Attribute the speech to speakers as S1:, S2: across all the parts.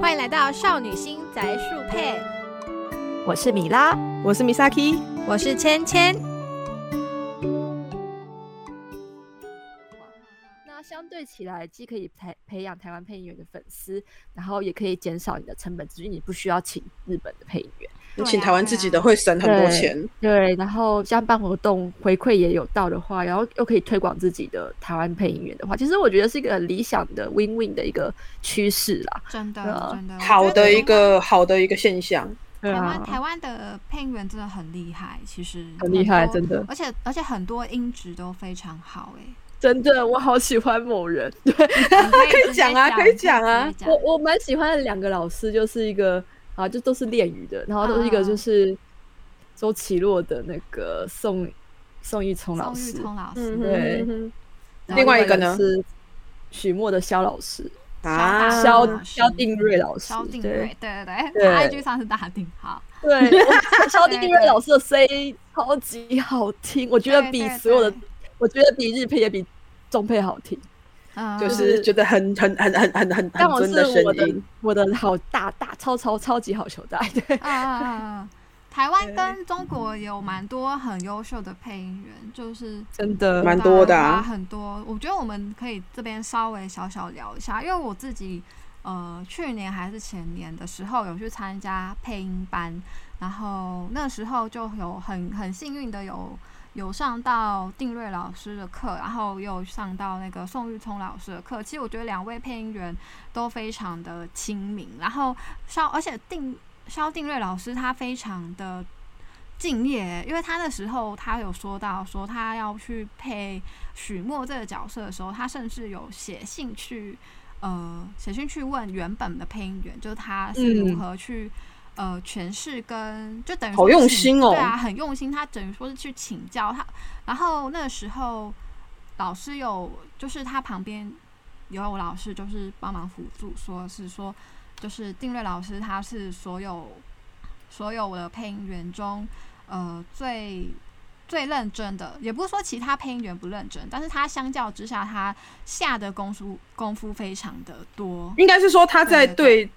S1: 欢迎来到少女心宅树配，
S2: 我是米拉，
S3: 我是 Misaki，
S1: 我是芊芊。
S2: 那相对起来，既可以培培养台湾配音员的粉丝，然后也可以减少你的成本，只是你不需要请日本的配音员。
S1: 对啊
S3: 请台湾自己的会省很多钱。
S2: 对，然后像办活动回馈也有到的话，然后又可以推广自己的台湾配音员的话，其实我觉得是一个很理想的 win win 的一个趋势啦。
S4: 真的
S2: 对啊
S4: 真的
S3: 好的一。
S4: 我觉得
S3: 个好的一个现象，
S2: 对
S4: 台湾
S2: 啊，
S4: 台湾的配音员真的很厉害，其实
S2: 很厉害，
S4: 多
S2: 真的，
S4: 而且而且很多音质都非常好 哎、
S2: 真的，我好喜欢某人。
S4: 你可以
S3: 可以讲啊可以讲啊
S4: 直接讲
S2: 我我蛮喜欢的两个老师，就是一个啊，就都是练语的，然后都是一个就
S4: 嗯
S2: 是周奇洛的那个宋宋玉聪老
S4: 宋
S2: 师
S4: 玉，聪老
S3: 嗯
S4: 师，
S2: 对
S3: 哼
S4: 然后
S3: 另外一个呢
S2: 是许墨的肖老师，
S3: 啊，
S2: 肖
S4: 老师
S2: 肖定瑞老师，
S4: 萧定
S2: 对
S4: 瑞，对对
S2: 对
S4: 对，他 IG 上是大定好，
S2: 对，我肖定
S4: 对
S2: 瑞
S4: 对
S2: 老师的声音超级好听，我觉得
S4: 对
S2: 比
S4: 对
S2: 所有的
S4: 对，
S2: 我觉得比日配也比中配好听。
S4: 嗯，
S3: 就
S2: 就是是
S3: 觉得很很很很很很
S2: 但
S3: 很
S2: 我
S3: 真
S2: 是
S3: 的
S2: 我的
S3: 声音，
S2: 我的好大大超超超级好球带， 对
S4: 嗯嗯嗯嗯台湾跟中国有蛮多很优秀的配音员，就是
S2: 真的
S3: 蛮多的啊
S4: 对很多。我觉得我们可以这边稍微小小聊一下，因为我自己呃去年还是前年的时候有去参加配音班，然后那时候就有很很幸运的有有上到定瑞老师的课，然后又上到那个宋玉聪老师的课。其实我觉得两位配音员都非常的亲民，然后肖而且定肖定瑞老师他非常的敬业，因为他那时候他有说到说他要去配许墨这个角色的时候，他甚至有写信去呃写信去问原本的配音员，就是他是如
S2: 嗯
S4: 何去。呃，诠释跟就等于
S3: 好
S4: 说
S3: 用
S4: 请
S3: 心哦
S4: 对啊，很用心。他等于说是去请教他，然后那时候老师有，就是他旁边有老师就是帮忙辅助，说是说就是定瑞老师他是所有所有的配音员中，呃最最认真的，也不是说其他配音员不认真，但是他相较之下，他下的功夫功夫非常的多。
S3: 应该是说他在
S4: 对
S3: 对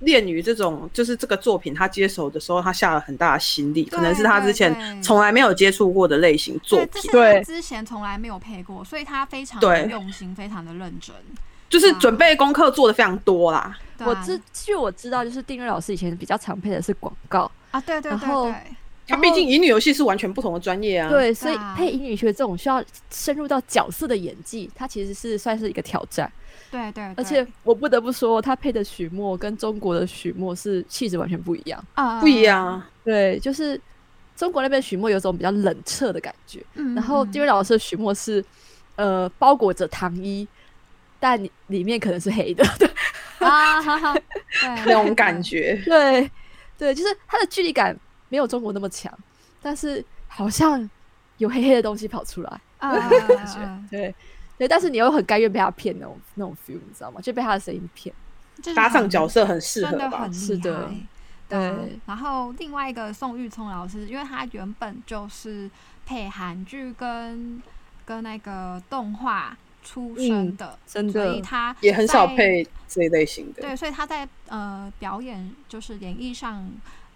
S3: 恋语这种就是这个作品他接手的时候，他下了很大的心力，可能是他之前
S4: 对对
S3: 从来没有接触过的类型作
S4: 对，这
S3: 品
S4: 是，他
S2: 对
S4: 之前从来没有配过，所以他非常
S3: 对
S4: 的用心，非常的认真。
S3: 就是准备功课做的非常多啦。
S4: 对啊
S2: 我知，据我知道，就是定瑞老师以前比较常配的是广告，
S4: 啊，对对
S2: 然
S4: 对
S2: 后
S4: 对，
S3: 他毕竟乙女游戏是完全不同的专业啊，，
S2: 对，所
S4: 对
S2: 以
S4: 啊
S2: 配英语学这种需要深入到角色的演技，它其实是算是一个挑战。
S4: 对对，
S2: 而
S4: 对
S2: 且我不得不说，他配的许墨跟中国的许墨是气质完全不一样。
S4: 呃
S3: 不一样啊。
S2: 对，就是中国那边许墨有种比较冷彻的感觉，
S4: 嗯
S2: 然后
S4: 嗯
S2: 地位老师的许墨是呃包裹着糖衣，但里里面可能是黑的。
S4: 啊，哈 哈，对
S3: 那种感， 觉，
S2: 对，对，就是它的距离感没有中国那么强，但是好像有黑黑的东西跑出来。
S4: 啊，
S2: 对对，但是你又很甘愿被他骗那种那种 feel，你知道吗？就被他的声音骗。
S3: 搭上角色很适合
S4: 真的
S3: 吧
S4: 很？
S2: 是的
S4: 厉害。对啊
S2: 对，
S4: 然后另外一个宋玉聪老师，因为他原本就是配韩剧跟跟那个动画出身
S2: 嗯
S4: 的，
S2: 真
S4: 所以
S2: 的
S4: 他
S3: 也很少
S4: 在
S3: 配这一类型的。
S4: 对，所以他在呃表演就是演绎上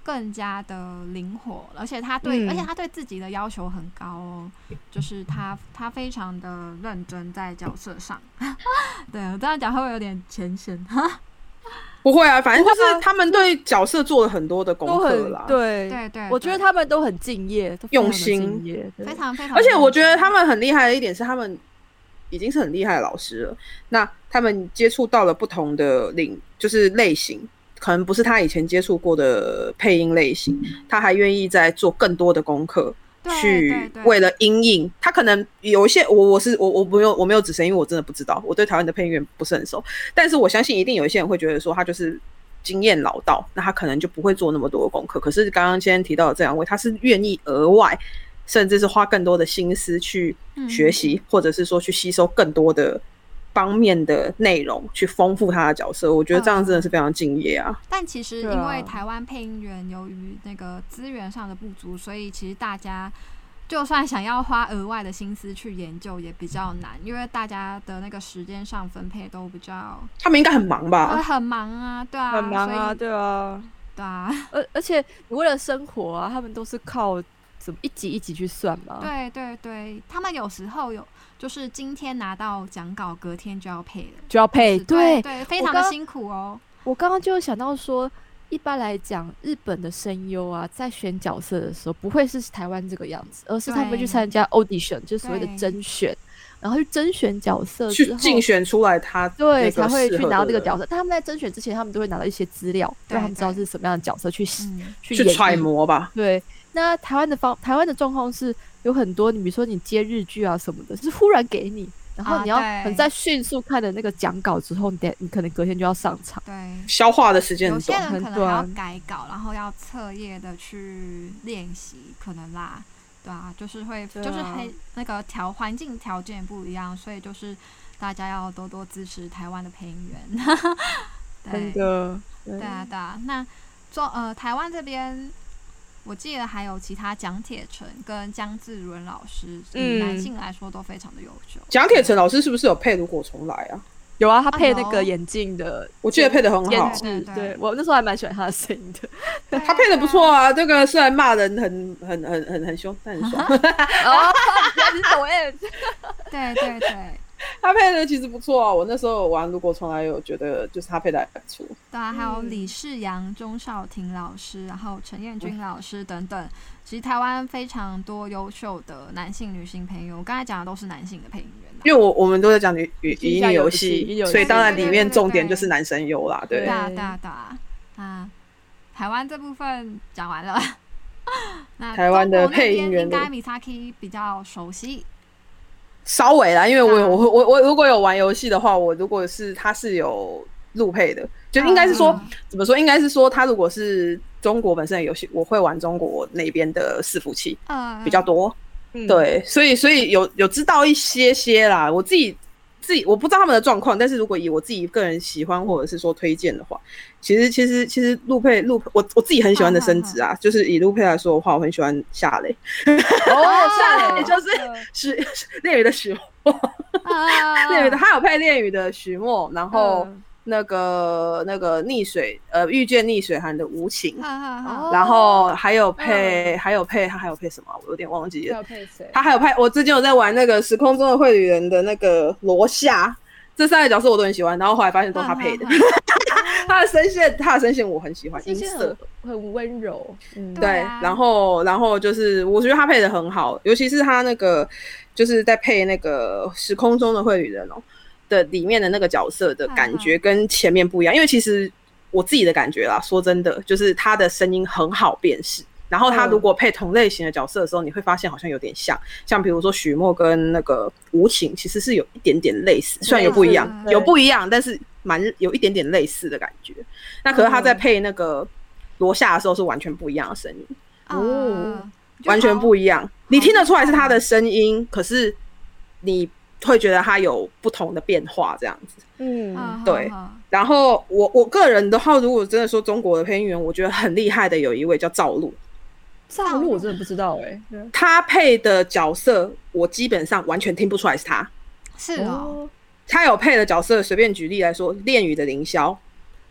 S4: 更加的灵活，而且他对、而且
S2: 嗯
S4: 他对自己的要求很高哦，就是他他非常的认真在角色上。 对我这样讲会不会有点浅 显？
S3: 不会啊，反正就是他们对角色做了很多的功
S2: 都
S3: 课
S2: 很
S3: 啦。
S2: 对
S4: 对对，
S2: 我觉得
S4: 对
S2: 他们都很敬业，都非
S3: 用
S2: 常的
S3: 心
S2: 敬业，对
S4: 非常非常，
S3: 而且我觉得他们很厉害的一点是，他们已经是很厉害的老师了。那他们接触到了不同的领，就是类型，可能不是他以前接触过的配音类型，他还愿意再做更多的功课。
S4: 对
S3: 去
S4: 对对
S3: 为了音应，他可能有一些我我是我我没有我没有指神，因为我真的不知道，我对台湾的配音员不是很熟。但是我相信一定有一些人会觉得说他就是经验老道，那他可能就不会做那么多的功课。可是刚刚今天提到的这两位，他是愿意额外，甚至是花更多的心思去
S2: 嗯
S3: 学习，或者是说去吸收更多的方面的内容，去丰富他的角色。我觉得
S2: 嗯
S3: 这样真的是非常敬业啊！
S4: 但其实
S2: 对
S4: 因为
S2: 啊
S4: 台湾配音员由于那个资源上的不足，所以其实大家就算想要花额外的心思去研究也比较难，因为大家的那个时间上分配都比较
S3: 他们应该很忙
S4: 会
S3: 吧？
S4: 很忙啊，对啊，
S5: 很忙啊，
S4: 所以
S5: 对啊，
S4: 对啊，
S2: 而而且你为了生活啊，他们都是靠怎么一集一集去算嘛。
S4: 对对对，他们有时候有就是今天拿到讲稿，隔天就要配了，
S2: 就要配
S4: 是
S2: 哎
S4: 对
S2: 对
S4: 对，非
S2: 我
S4: 常的
S2: 刚
S4: 辛苦哦。
S2: 我刚刚就有想到说，一般来讲，日本的声优啊，在选角色的时候，不会是台湾这个样子，而是他们去
S4: 对
S2: 参加 audition，就是所谓的
S4: 对
S2: 甄选，然后去甄选角色
S3: 去
S2: 呃之后，
S3: 竞选出来他
S2: 对
S3: 那个
S2: 才会
S3: 适
S2: 去
S3: 合
S2: 拿到
S3: 的
S2: 这个
S3: 人
S2: 角色。但他们在甄选之前，他们都会拿到一些资料，
S4: 对
S2: 让他们知道
S4: 对
S2: 是什么样的角色去写
S4: 嗯，
S2: 去
S3: 去
S2: 演
S3: 揣
S2: 绎
S3: 摩吧。
S2: 对，那台湾的方台湾的状况是有很多，你比如说你接日剧啊什么的，就是忽然给你，然后
S4: 啊
S2: 你要
S4: 对
S2: 很在迅速看了那个讲稿之后，你得你可能隔天就要上场。
S4: 对。
S3: 消化的时间
S4: 有
S3: 很
S4: 些
S3: 短，
S4: 人
S2: 很
S4: 可能还要
S2: 短
S4: 改稿，然后要彻夜的去练习，可能啦，对啊，就是会，
S5: 对
S4: 就是
S5: 啊
S4: 很那个条环境条件不一样，所以就是大家要多多支持台湾的配音员。对，
S2: 的，
S4: 对啊，对啊。那中呃，台湾这边，我记得还有其他蒋铁成跟姜志伦老师，以男
S5: 嗯
S4: 性来说都非常的优秀。
S3: 蒋铁成老师是不是有配《如果重来》啊？
S2: 有啊，他
S4: 啊
S2: 配那个
S4: 有
S2: 眼镜的
S3: 我记得配的很
S2: 颜
S3: 好，
S2: 值，
S4: 对对
S2: 对我那时候还蛮喜欢他的声音 的。
S4: 对
S3: 他配的不错啊。这个虽然骂人很很很很很凶，但很爽。
S2: 哦，原来你懂 M，
S4: 对对对。
S3: 他配的其实不错啊。我那时候玩《如果重来》，有觉得就是他配的还不错。
S4: 对啊，还有
S3: 嗯
S4: 李世阳、钟少廷老师，然后陈彦君老师等等。其实台湾非常多优秀的男性、女性配音员，我刚才讲的都是男性的配音员啊
S3: 因为我我们都在讲语语
S2: 听一下
S3: 音游
S2: 游戏语音
S3: 戏
S2: 游，戏
S3: 所以当然里面重点
S4: 对对对对对
S3: 就是男生优啦，对
S4: 对。啊，对啊，对啊。那台湾这部分讲完了，那
S3: 台湾的
S4: 中国那
S3: 配音
S4: 边
S3: 员
S4: 应
S3: 的
S4: 该 Misaki 比较熟悉。
S3: 稍微啦，因为我有
S4: 啊
S3: 我我我如果有玩游戏的话，我如果是他是有录配的，就应该是说、
S4: 嗯
S3: 怎么说？应该是说他如果是中国本身的游戏，我会玩中国那边的伺服器
S4: 呃，
S3: 比较 多。
S5: 嗯，
S3: 对，所以所以有有知道一些些啦，我自己自己我不知道他们的状况，但是如果以我自己个人喜欢或者是说推荐的话，其实其实其实陆佩陆我我自己很喜欢的升职啊，就是以陆佩来说的话，我很喜欢夏 雷，
S2: 哦，
S3: 夏
S2: 下
S3: 雷
S2: 来
S3: 就是是恋与的许
S4: 啊，
S3: 恋与的，他有配恋与的许墨，然后那个、那个溺水呃遇见溺水寒的无情。
S4: 哈哈哈
S2: 哦
S3: 然后还有配，还有配，他还有配什么啊？我有点忘记了。
S2: 要配谁？
S3: 他还有拍，我之前有在玩那个《时空中的绘旅人》的那个罗夏，这三个角色我都很喜欢，然后后来发现都是他配的。
S4: 嗯嗯嗯
S3: 他的声线，他的声线我很喜欢，音
S2: 些
S3: 色
S2: 很很温柔，嗯，
S4: 对
S3: 对，
S4: 啊
S3: 然后然后就是我觉得他配的很好，尤其是他那个就是在配那个《时空中的绘旅人》哦的里面的那个角色的感觉跟前面不一样，因为其实我自己的感觉啦，说真的，就是他的声音很好辨识。然后他如果配同类型的角色的时候，你会发现好像有点像，像比如说许墨跟那个吴情，其实是有一点点类似，虽然有不一样，
S4: 对
S3: 有不一样，但是蛮有一点点类似的感觉。那可是他在
S2: 嗯
S3: 配那个罗夏的时候是完全不一样的声音，
S4: 哦，
S3: 完全不
S4: 一
S3: 一样。你听得出来是他的声音，可是你会觉得他有不同的变化这样子。
S4: 啊呃
S2: 嗯，
S3: 对然后我我个人的话，如果真的说中国的配音员，我觉得很厉害的有一位叫赵露，
S2: 赵露我真的不知道哎，
S3: 他配的角色我基本上完全听不出来是他。
S4: 是哦，
S3: 他有配的角色，随便举例来说，恋与的凌霄，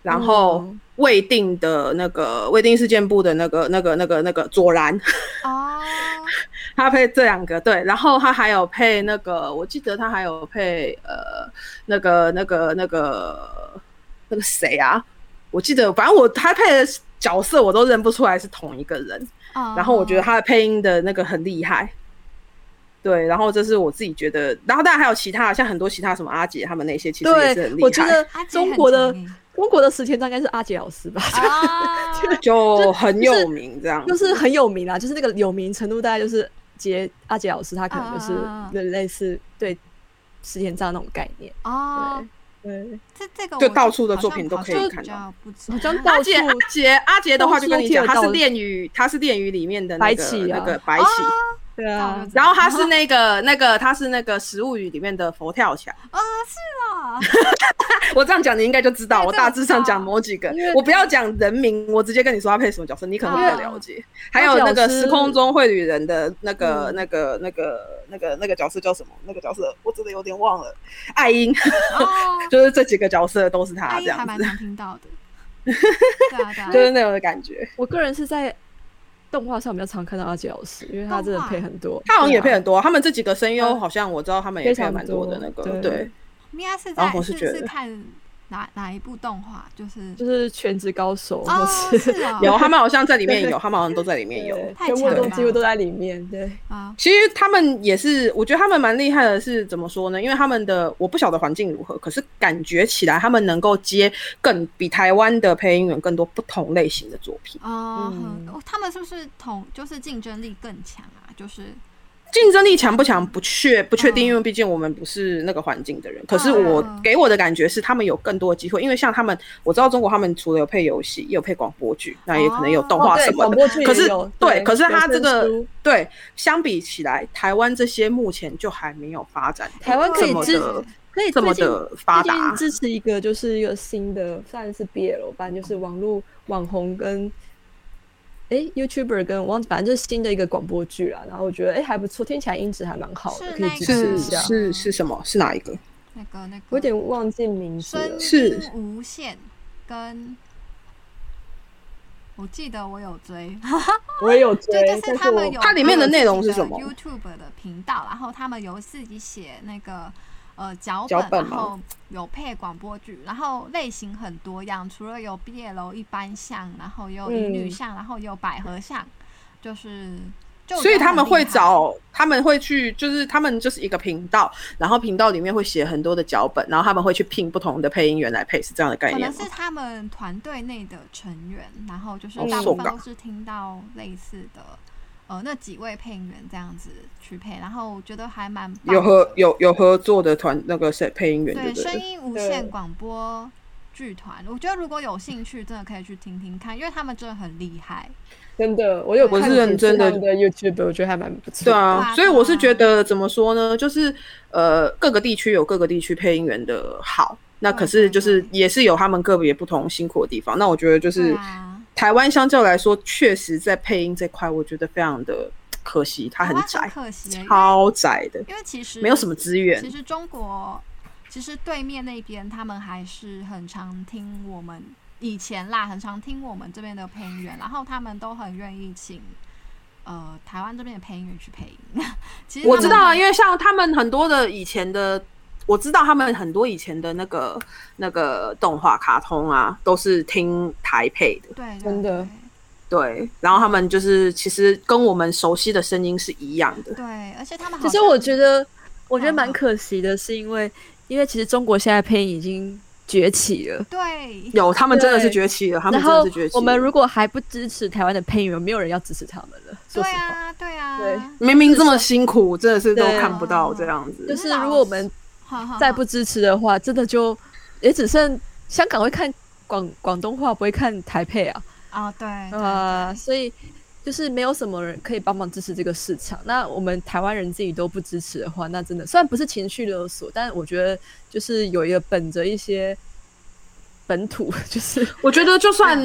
S3: 然后
S2: 嗯
S3: 未定的那个未定事件部的那个那个那个那个左蓝，
S4: 哦，
S3: 他配这两个对，然后他还有配那个，我记得他还有配呃那个那个那个那个谁啊？我记得，反正我他配的角色我都认不出来是同一个人。
S2: 哦
S4: 哦
S3: 然后我觉得他的配音的那个很厉害，对，然后这是我自己觉得，然后当然还有其他像很多其他什么阿姐他们那些，其实也是很
S2: 对
S3: 厉，害。
S2: 我觉得
S4: 阿姐
S2: 中
S4: 很
S2: 国的
S4: 强欸耶
S2: 中国的石田章应该是阿杰老 师吧。
S4: 啊，
S3: 就很有名这样。
S2: 就是很有名啦，啊就是那个有名程度大概就是杰阿杰老师，他可能就是
S4: 啊啊啊
S2: 有点类似对石田章那种概念，
S4: 哦，
S2: 对，
S4: 这这个
S3: 就
S4: 我
S3: 到处的
S4: 好
S3: 作
S4: 像
S3: 品都
S4: 好
S3: 可以
S4: 像
S3: 看
S4: 比
S3: 到
S4: 较不知
S2: 好
S4: 道
S2: 像
S3: 阿
S2: 到处
S3: 杰阿杰阿杰的话就跟你讲，他是恋与他是恋与里面的那
S2: 白
S3: 个
S2: 起
S3: 那
S2: 啊
S3: 个白起，对
S4: 那我
S3: 啊
S4: 就知，道
S3: 然后他是那个那个他是那个《食物语》里面的佛跳墙。
S4: 啊，是啊，
S3: 我这样讲你应该就知道，
S4: 对
S3: 我
S4: 这个
S3: 大致上讲某几个
S2: 因为，
S3: 我不要讲人名，我直接跟你说他配什么角色，你可能会
S4: 因
S3: 不
S4: 为
S3: 了解。还有那
S2: 他
S3: 个
S2: 表示
S3: 时空中绘旅人的那个、
S2: 嗯
S3: 那个、那个、那个、那个角色叫什么？那个角色我真的有点忘了，爱英，
S4: 哦，
S3: 就是这几个角色都是他
S4: 阿
S3: 啊这
S4: 姨还
S3: 样
S4: 蛮
S3: 子，
S4: 常听到的。对啊，对啊，
S3: 就是那种感觉。
S2: 我个人是在动画上比较常看到阿杰老师，因为他真的配很多，
S3: 他好像也
S2: 对
S3: 配
S2: 啊
S3: 很多，他们这几个声优
S2: 嗯
S3: 好像我知道他们也
S2: 非
S3: 配了
S2: 常
S3: 蛮多的那个
S2: 多，
S3: 对
S2: 对，
S4: 应该是
S3: 然
S4: 在
S3: 后我是
S4: 是
S3: 觉得
S4: 是看哪哪一部动画，就是
S2: 就是全职高手，
S4: 哦，
S2: 或是
S4: 是啊，
S3: 有他们好像在里面有，他们好像都在里面有。
S4: 太
S2: 全部
S3: 强
S2: 都
S3: 了
S2: 几乎都在里面，对，
S4: 啊，
S3: 其实他们也是，我觉得他们蛮厉害的是怎么说呢？因为他们的我不晓得环境如何，可是感觉起来他们能够接更比台湾的配音员更多不同类型的作品，
S4: 哦，
S2: 嗯
S4: 很哦他们是不是同就是竞争力更强啊？就是
S3: 竞争力强不强不确不确定，
S4: 嗯
S3: 因为毕竟我们不是那个环境的人。可是
S4: 嗯
S3: 我
S4: 嗯
S3: 给我的感觉是他们有更多的机会，因为像他们我知道中国他们除了有配游戏，也有配广播剧，那也可能有动
S2: 哦
S3: 画
S2: 对
S3: 什么
S2: 广
S3: 的。
S2: 播剧
S3: 可是
S2: 也有
S3: 对，可是他这
S2: 有
S3: 个
S2: 声书
S3: 对相比起来，台湾这些目前就还没有发展
S2: 台湾可以
S3: 这么
S2: 支
S3: 的
S2: 可以
S3: 这么
S2: 最近
S3: 的发
S2: 最近
S3: 达。
S2: 支持一个就是一个新的算是 BL 班，就是网络网红跟哎 YouTuber 跟我忘记，反正就是新的一个广播剧啦。然后我觉得哎还不错，听起来音质还蛮好的，
S4: 是
S2: 可以
S4: 那个
S2: 支持
S3: 是
S2: 一下。
S3: 是是什么？是哪一个？
S4: 那个那个，
S2: 我有点忘记名字了
S4: 生，
S3: 是
S4: 命无限跟。我记得我有追，
S2: 我也有追
S4: 对，，就
S2: 但
S4: 他
S2: 我
S4: 们有
S3: 它里面的内容是什么
S4: 他们有自己的？YouTube 的频道，然后他们有自己写那个呃脚
S3: 脚
S4: 本，
S3: 本吗
S4: 然后有配广播剧，然后类型很多样，除了有 BL 一般像，然后也有乙女
S2: 嗯
S4: 像，然后也有百合像，就是就我
S3: 所以
S4: 觉得
S3: 他们
S4: 很厉
S3: 会
S4: 害
S3: 找，他们会去，就是他们就是一个频道，然后频道里面会写很多的脚本，然后他们会去聘不同的配音员来配，是这样的概
S4: 可
S3: 念
S4: 能
S3: 吗
S4: 是？他们团队内的成员，然后就是
S3: 哦
S4: 大部
S3: 受
S4: 分
S3: 感
S4: 都是听到类似的，呃，那几位配音员这样子去配，然后我觉得还蛮棒
S3: 有合
S4: 的
S3: 有有合作的团那个谁配音员对
S4: 对
S3: 不
S4: 声
S3: 对？
S4: 音无
S2: 对
S4: 限广播剧团，我觉得如果有兴趣，真的可以去听听看，因为他们真的很厉害。
S2: 真的，我有
S4: 我是
S2: 看几
S3: 认真
S2: 次
S3: 的
S2: 他们的 YouTube，我觉得还蛮不错。
S4: 对
S3: 对啊，
S4: 啊
S3: 所以我
S4: 对
S3: 是
S4: 啊
S3: 觉得怎么说呢，就是呃各个地区有各个地区配音员的好，那可
S4: 对
S3: 是
S4: 对
S3: 就是
S4: 对
S3: 也是有他们个别不同辛苦的地方。那我觉得就是、
S4: 对啊，
S3: 台湾相较来说，确实在配音这块，我觉得非常的可惜，它
S4: 台
S3: 很
S4: 湾
S3: 窄，
S4: 可惜耶，因为
S3: 超窄的，
S4: 因为其实
S3: 没有什么资源
S4: 其。实中国，其实对面那边他们还是很常听我们以前啦，很常听我们这边的配音员，然后他们都很愿意请呃台湾这边的配音员去配音。 其实
S3: 我知道啊，因
S4: 为
S3: 为像他们很多的以前的，我知道他们很多以前的那个那个动画卡通啊，都是听台配的，
S4: 对对
S2: 真的
S4: 对
S3: 对。然后他们就是其实跟我们熟悉的声音是一样的，
S4: 对，而且他们
S2: 其
S4: 好
S2: 实
S4: 像
S2: 我觉得，我觉得蛮
S4: 嗯
S2: 可惜的，是因为因为其实中国现在配音已经崛起了。
S4: 对
S3: 有他们真的是
S2: 对
S3: 崛起了，他们
S2: 然
S3: 真的
S2: 后
S3: 是崛起
S2: 我们
S3: 了。
S2: 如果还不支持台湾的配音员，没有人要支持他们了。说
S4: 对
S2: 实话，
S4: 啊对啊，
S2: 对
S3: 明明这么辛苦，真的是都
S2: 对啊
S3: 看不到这样子。
S4: 啊
S2: 就是如果我们
S4: 好好
S2: 再
S4: 好
S2: 不支持的
S4: 嗯
S2: 话，真的就也只剩香港会看广广东话，不会看台配啊
S4: 啊对
S2: 啊、
S4: 对对
S2: 所以就是没有什么人可以帮忙支持这个市场。那我们台湾人自己都不支持的话，那真的虽然不是情绪勒索，但我觉得就是有一个本着一些本土， 就是
S3: 我觉得就算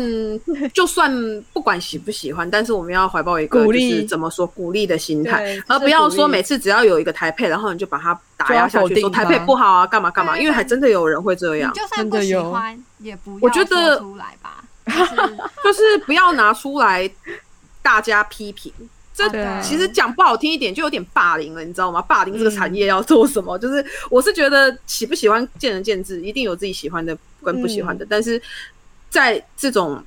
S3: 就算不管喜不喜欢，但是我们要怀抱一个
S2: 啊
S3: 就
S2: 鼓励
S3: 是怎么说鼓励的心
S2: 对
S3: 态
S2: 就，
S3: 而
S2: 是
S3: 不要
S2: 鼓
S3: 说
S2: 励
S3: 每次只要有一个台配，然后你就把它打
S2: 就
S3: 压
S2: 要
S3: 下
S2: 否
S3: 去，说
S2: 定
S3: 台配
S2: 它
S3: 不好啊，干嘛干嘛，
S4: 对
S3: 因为还真的有人会这样
S4: 你，就算
S2: 真
S4: 不
S2: 的
S4: 喜
S2: 有
S4: 欢也不要
S3: 我觉
S4: 说
S3: 得
S4: 出来吧，就是
S3: 就是不要拿出来大家批评。这
S4: 对啊
S3: 其实讲不好听一点，就有点霸凌了，你知道吗？霸凌这个产业要做什么？就是我是觉得喜不喜欢见仁见智，一定有自己喜欢的跟不喜欢的，但是在这种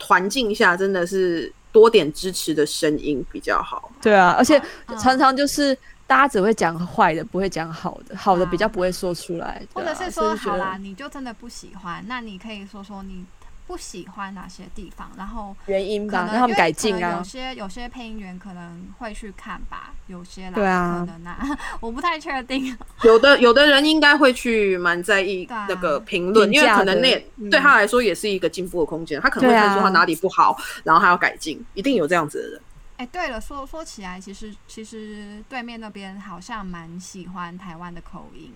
S3: 环境下，真的是多点支持的声音比较好。
S2: 对啊，而且
S4: 嗯
S2: 常常就是大家只会讲坏的，不会讲好的，好的比较不会说出来，
S4: 或
S2: 对
S4: 者
S2: 啊
S4: 是说，
S2: 所以就
S4: 好
S2: 觉得
S4: 啦，你就真的不喜欢，那你可以说说你不喜欢哪些地方，然后
S2: 原因
S4: 可
S2: 吧，
S4: 能
S2: 让他
S4: 因为
S2: 们改
S4: 可
S2: 进
S4: 能有
S2: 啊。
S4: 些有些配音员可能会去看吧，有些啦，
S2: 对啊
S4: 可能啊，我不太确定。
S3: 有的有的人应该会去蛮在意
S4: 对啊
S3: 那个评论，因为可能那也
S2: 评价的嗯
S3: 对他来说也是一个进步的空间，他可能会
S2: 对啊
S3: 看出他哪里不好，然后他要改进，一定有这样子的人。
S4: 哎，对了，说说起来，其实其实对面那边好像蛮喜欢台湾的口音，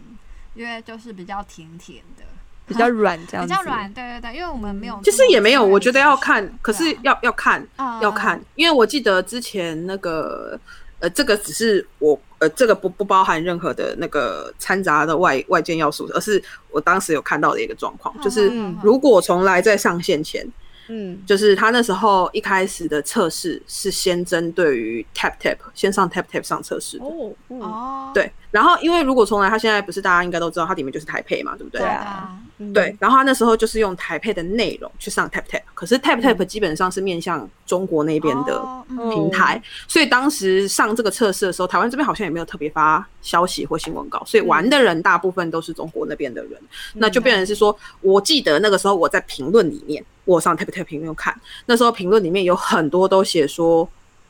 S4: 因为就是比较甜甜的，
S2: 比较软这
S4: 嗯
S2: 样
S4: 比
S2: 子，
S4: 较软。对对对，因为我们没有这么
S3: 其
S4: 多
S3: 实
S4: 资源去学，
S3: 也没有，我觉得要看，可是
S4: 哦对
S3: 要要看
S4: 啊
S3: 要看，因为我记得之前那个呃，这个只是我呃，这个不不包含任何的那个掺杂的外外界要素，而是我当时有看到的一个状况，就是
S4: 嗯嗯嗯
S3: 如果重来在上线前，
S2: 嗯
S3: 就是他那时候一开始的测试是先针对于 Tap Tap 先上 Tap Tap 上测试的。
S2: 哦嗯
S4: 哦，
S3: 对，然后因为如果重来，他现在不是大家应该都知道，它里面就是台配嘛，对不对？
S4: 对
S2: 啊
S4: 啊，
S2: 嗯
S3: 对，然后他那时候就是用台配的内容去上 Tap Tap，可是 Tap Tap 基本上是面向中国那边的
S4: 哦嗯
S2: 嗯
S3: 平台，所以当时上这个测试的时候，台湾这边好像也没有特别发消息或新闻稿，所以玩的人大部分都是中国那边的人，那就变成是说，我记得那个时候我在评论里面，我有上 Tap Tap 评论看，那时候评论里面有很多都写说，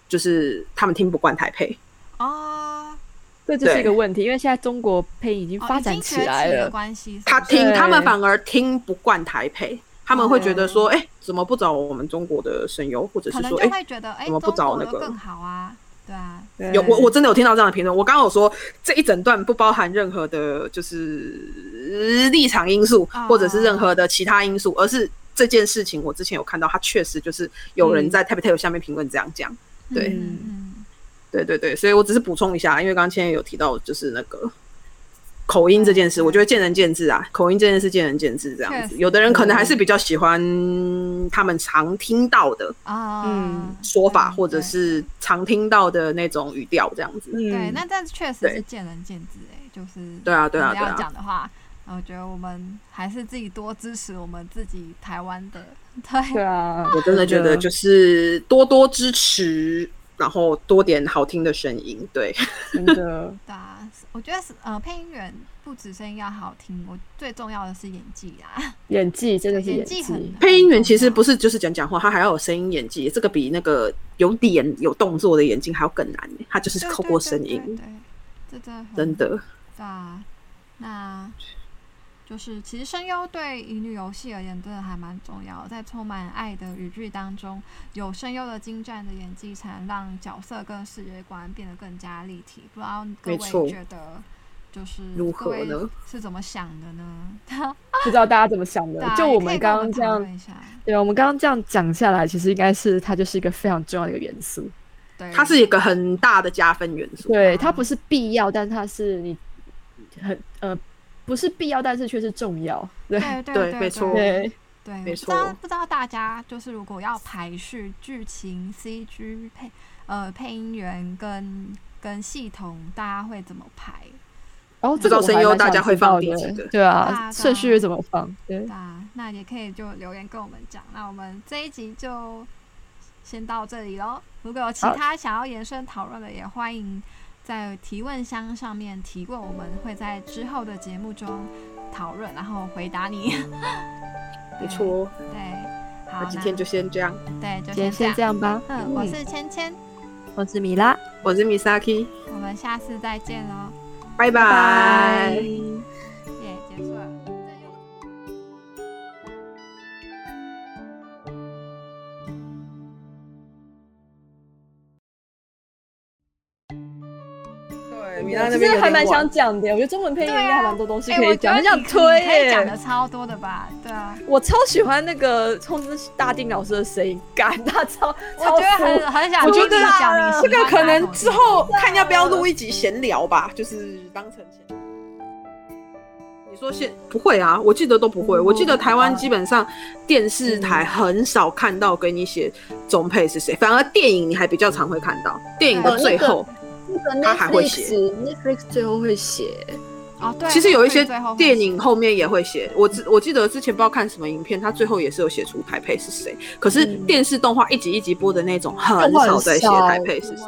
S3: 就是他们听不惯台配，
S4: 哦，
S2: 这就是
S3: 对
S2: 一个问题，因为现在中国配音已经
S4: 哦
S2: 发
S4: 已
S2: 展
S4: 经
S2: 起
S4: 崛
S2: 来
S4: 起的
S2: 了，
S4: 关系是不是，
S3: 他听
S2: 对
S3: 他们反而听不惯台配。他们会觉得说，哎、怎么不找我们中国的声优，或者是
S4: 哦可能
S3: 说，哎、
S4: 就会觉得，哎，
S3: 怎么不找
S4: 中国
S3: 那个
S4: 的更好啊？对啊，
S2: 对
S3: 有我我真的有听到这样的评论。我刚刚有说这一整段不包含任何的，就是呃立场因素
S4: 啊
S3: 或者是任何的其他因素，而是这件事情我之前有看到，它确实就是有人在 t a p t a p 下面评论这样讲。对
S4: 嗯嗯
S3: 对对对，所以我只是补充一下，因为刚刚千也有提到就是那个。口音这件事，
S4: 嗯
S3: 我觉得见仁见智啊。口音这件事见仁见智，这样
S4: 确
S3: 子，
S4: 实哦
S3: 有的人可能还是比较喜欢他们常听到的
S4: 啊，
S2: 嗯
S3: 说法，
S4: 对
S3: 或者
S4: 对
S3: 是常听到的那种语调，这样子。
S4: 对，
S2: 嗯，
S4: 那但确实
S3: 对
S4: 是见仁见智哎、就是
S3: 对啊对啊
S4: 你
S3: 对啊
S4: 要讲的话，我觉得我们还是自己多支持我们自己台湾的，
S2: 对
S4: 对，
S2: 啊，
S3: 我真的觉得就是多多支持，然后多点好听的声音。对，
S2: 真的，
S4: 对啊，我觉得是呃，配音员不只声音要好听，我最重要的是演技啊，
S2: 演技真的是
S4: 演
S2: 技，
S4: 很
S3: 配音员其实不
S4: 是
S3: 是就是讲讲话，他还要有声音演技，这个比那个有脸有动作的眼睛还要更难欸耶。他就是透过声音，
S4: 对对对这真的很
S3: 真的。
S4: 对啊，那就是其实声优对乙女游戏而言真的还蛮重要的，在充满爱的语句当中，有声优的精湛的演技，才能让角色跟世界观变得更加立体。不知道各
S3: 没错
S4: 位觉得就是
S3: 如
S4: 各位
S3: 何呢
S4: 是怎么想的呢？
S2: 不知道大家怎么想的
S3: 呃
S4: 对啊，
S2: 就
S4: 也
S2: 我
S4: 可
S2: 们
S4: 以跟
S2: 刚
S4: 我
S2: 刚这
S4: 讨
S2: 样
S4: 论一下，
S2: 对，我们刚刚这样讲下来，其实应该是它就是一个非常重要的一个元素。
S4: 对，
S3: 它是一个很大的加分元素。
S2: 对，它不是必要，但它是你很呃不是必要，但是却是重要。对
S4: 对对
S3: 对
S4: 对
S3: 没错
S2: 对，
S4: 对，
S3: 没
S4: 不知道
S3: 错
S4: 不知道大家就是如果要排序剧情、CG 配呃配音员跟跟系统，大家会怎么排？
S2: 然后
S4: 不
S2: 这
S3: 知
S2: 个
S3: 道
S2: 我还
S3: 声优
S2: 蛮
S3: 大
S2: 想
S3: 家会
S2: 知道
S3: 放第
S2: 的
S3: 几个
S2: 对
S4: 对啊
S2: 啊，
S4: 对
S2: 顺
S4: 啊
S2: 序是怎么放？对，
S4: 那那也可以就留言跟我们讲。那我们这一集就先到这里喽。如果有其
S2: 好
S4: 他想要延伸讨论的，也欢迎在提问箱上面提问，我们会在之后的节目中讨论，然后回答你。
S3: 没错。
S4: 对，对，好，
S3: 那今天就先这样。
S4: 那对，就
S2: 今天先
S4: 先
S2: 这
S4: 这样。
S2: 样吧。
S4: 嗯，我是芊芊，
S2: 我是米拉，
S3: 我是 Misaki，
S4: 我们下次再见喽。
S3: 拜拜。
S4: 耶，结束了。再用
S3: 对，米
S2: 其
S3: 娜那边
S2: 实
S3: 有
S2: 还
S3: 点
S2: 蛮
S3: 晚
S2: 想讲的，我觉得中文配音应该还蛮多东西
S4: 哎
S2: 可
S4: 我
S2: 以
S4: 觉
S2: 讲，
S4: 哎得
S2: 很想
S4: 你可
S2: 推
S4: 你可以讲
S2: 耶
S4: 的。超多的吧？对啊，
S2: 我超喜欢那个冲之大定老师的声音，感他超
S4: 我
S2: 超
S4: 觉得
S2: 舒服
S4: 很很想
S2: 我
S4: 听
S2: 觉
S4: 你
S2: 得
S4: 讲你喜
S3: 这个
S4: 欢
S3: 可
S4: 哪
S3: 能
S4: 种
S3: 之
S4: 地方
S3: 后看要不要录一集闲聊吧，就是当成闲聊。你说现不会啊？我记得都不会。我记得台湾基本上电视台很少看到给你写中配是谁，反而电影你还比较常会看到。电影的最后，他还会写
S2: Netflix 最后会写，
S4: 哦，对，
S3: 其实有一些
S4: 最后会
S3: 电影后面也会写。我记我记得之前不知道看什么影片，他最后也是有写
S4: 嗯
S3: 出台配是谁。可是电视动画一集一集播的那种，很少在写台配是谁。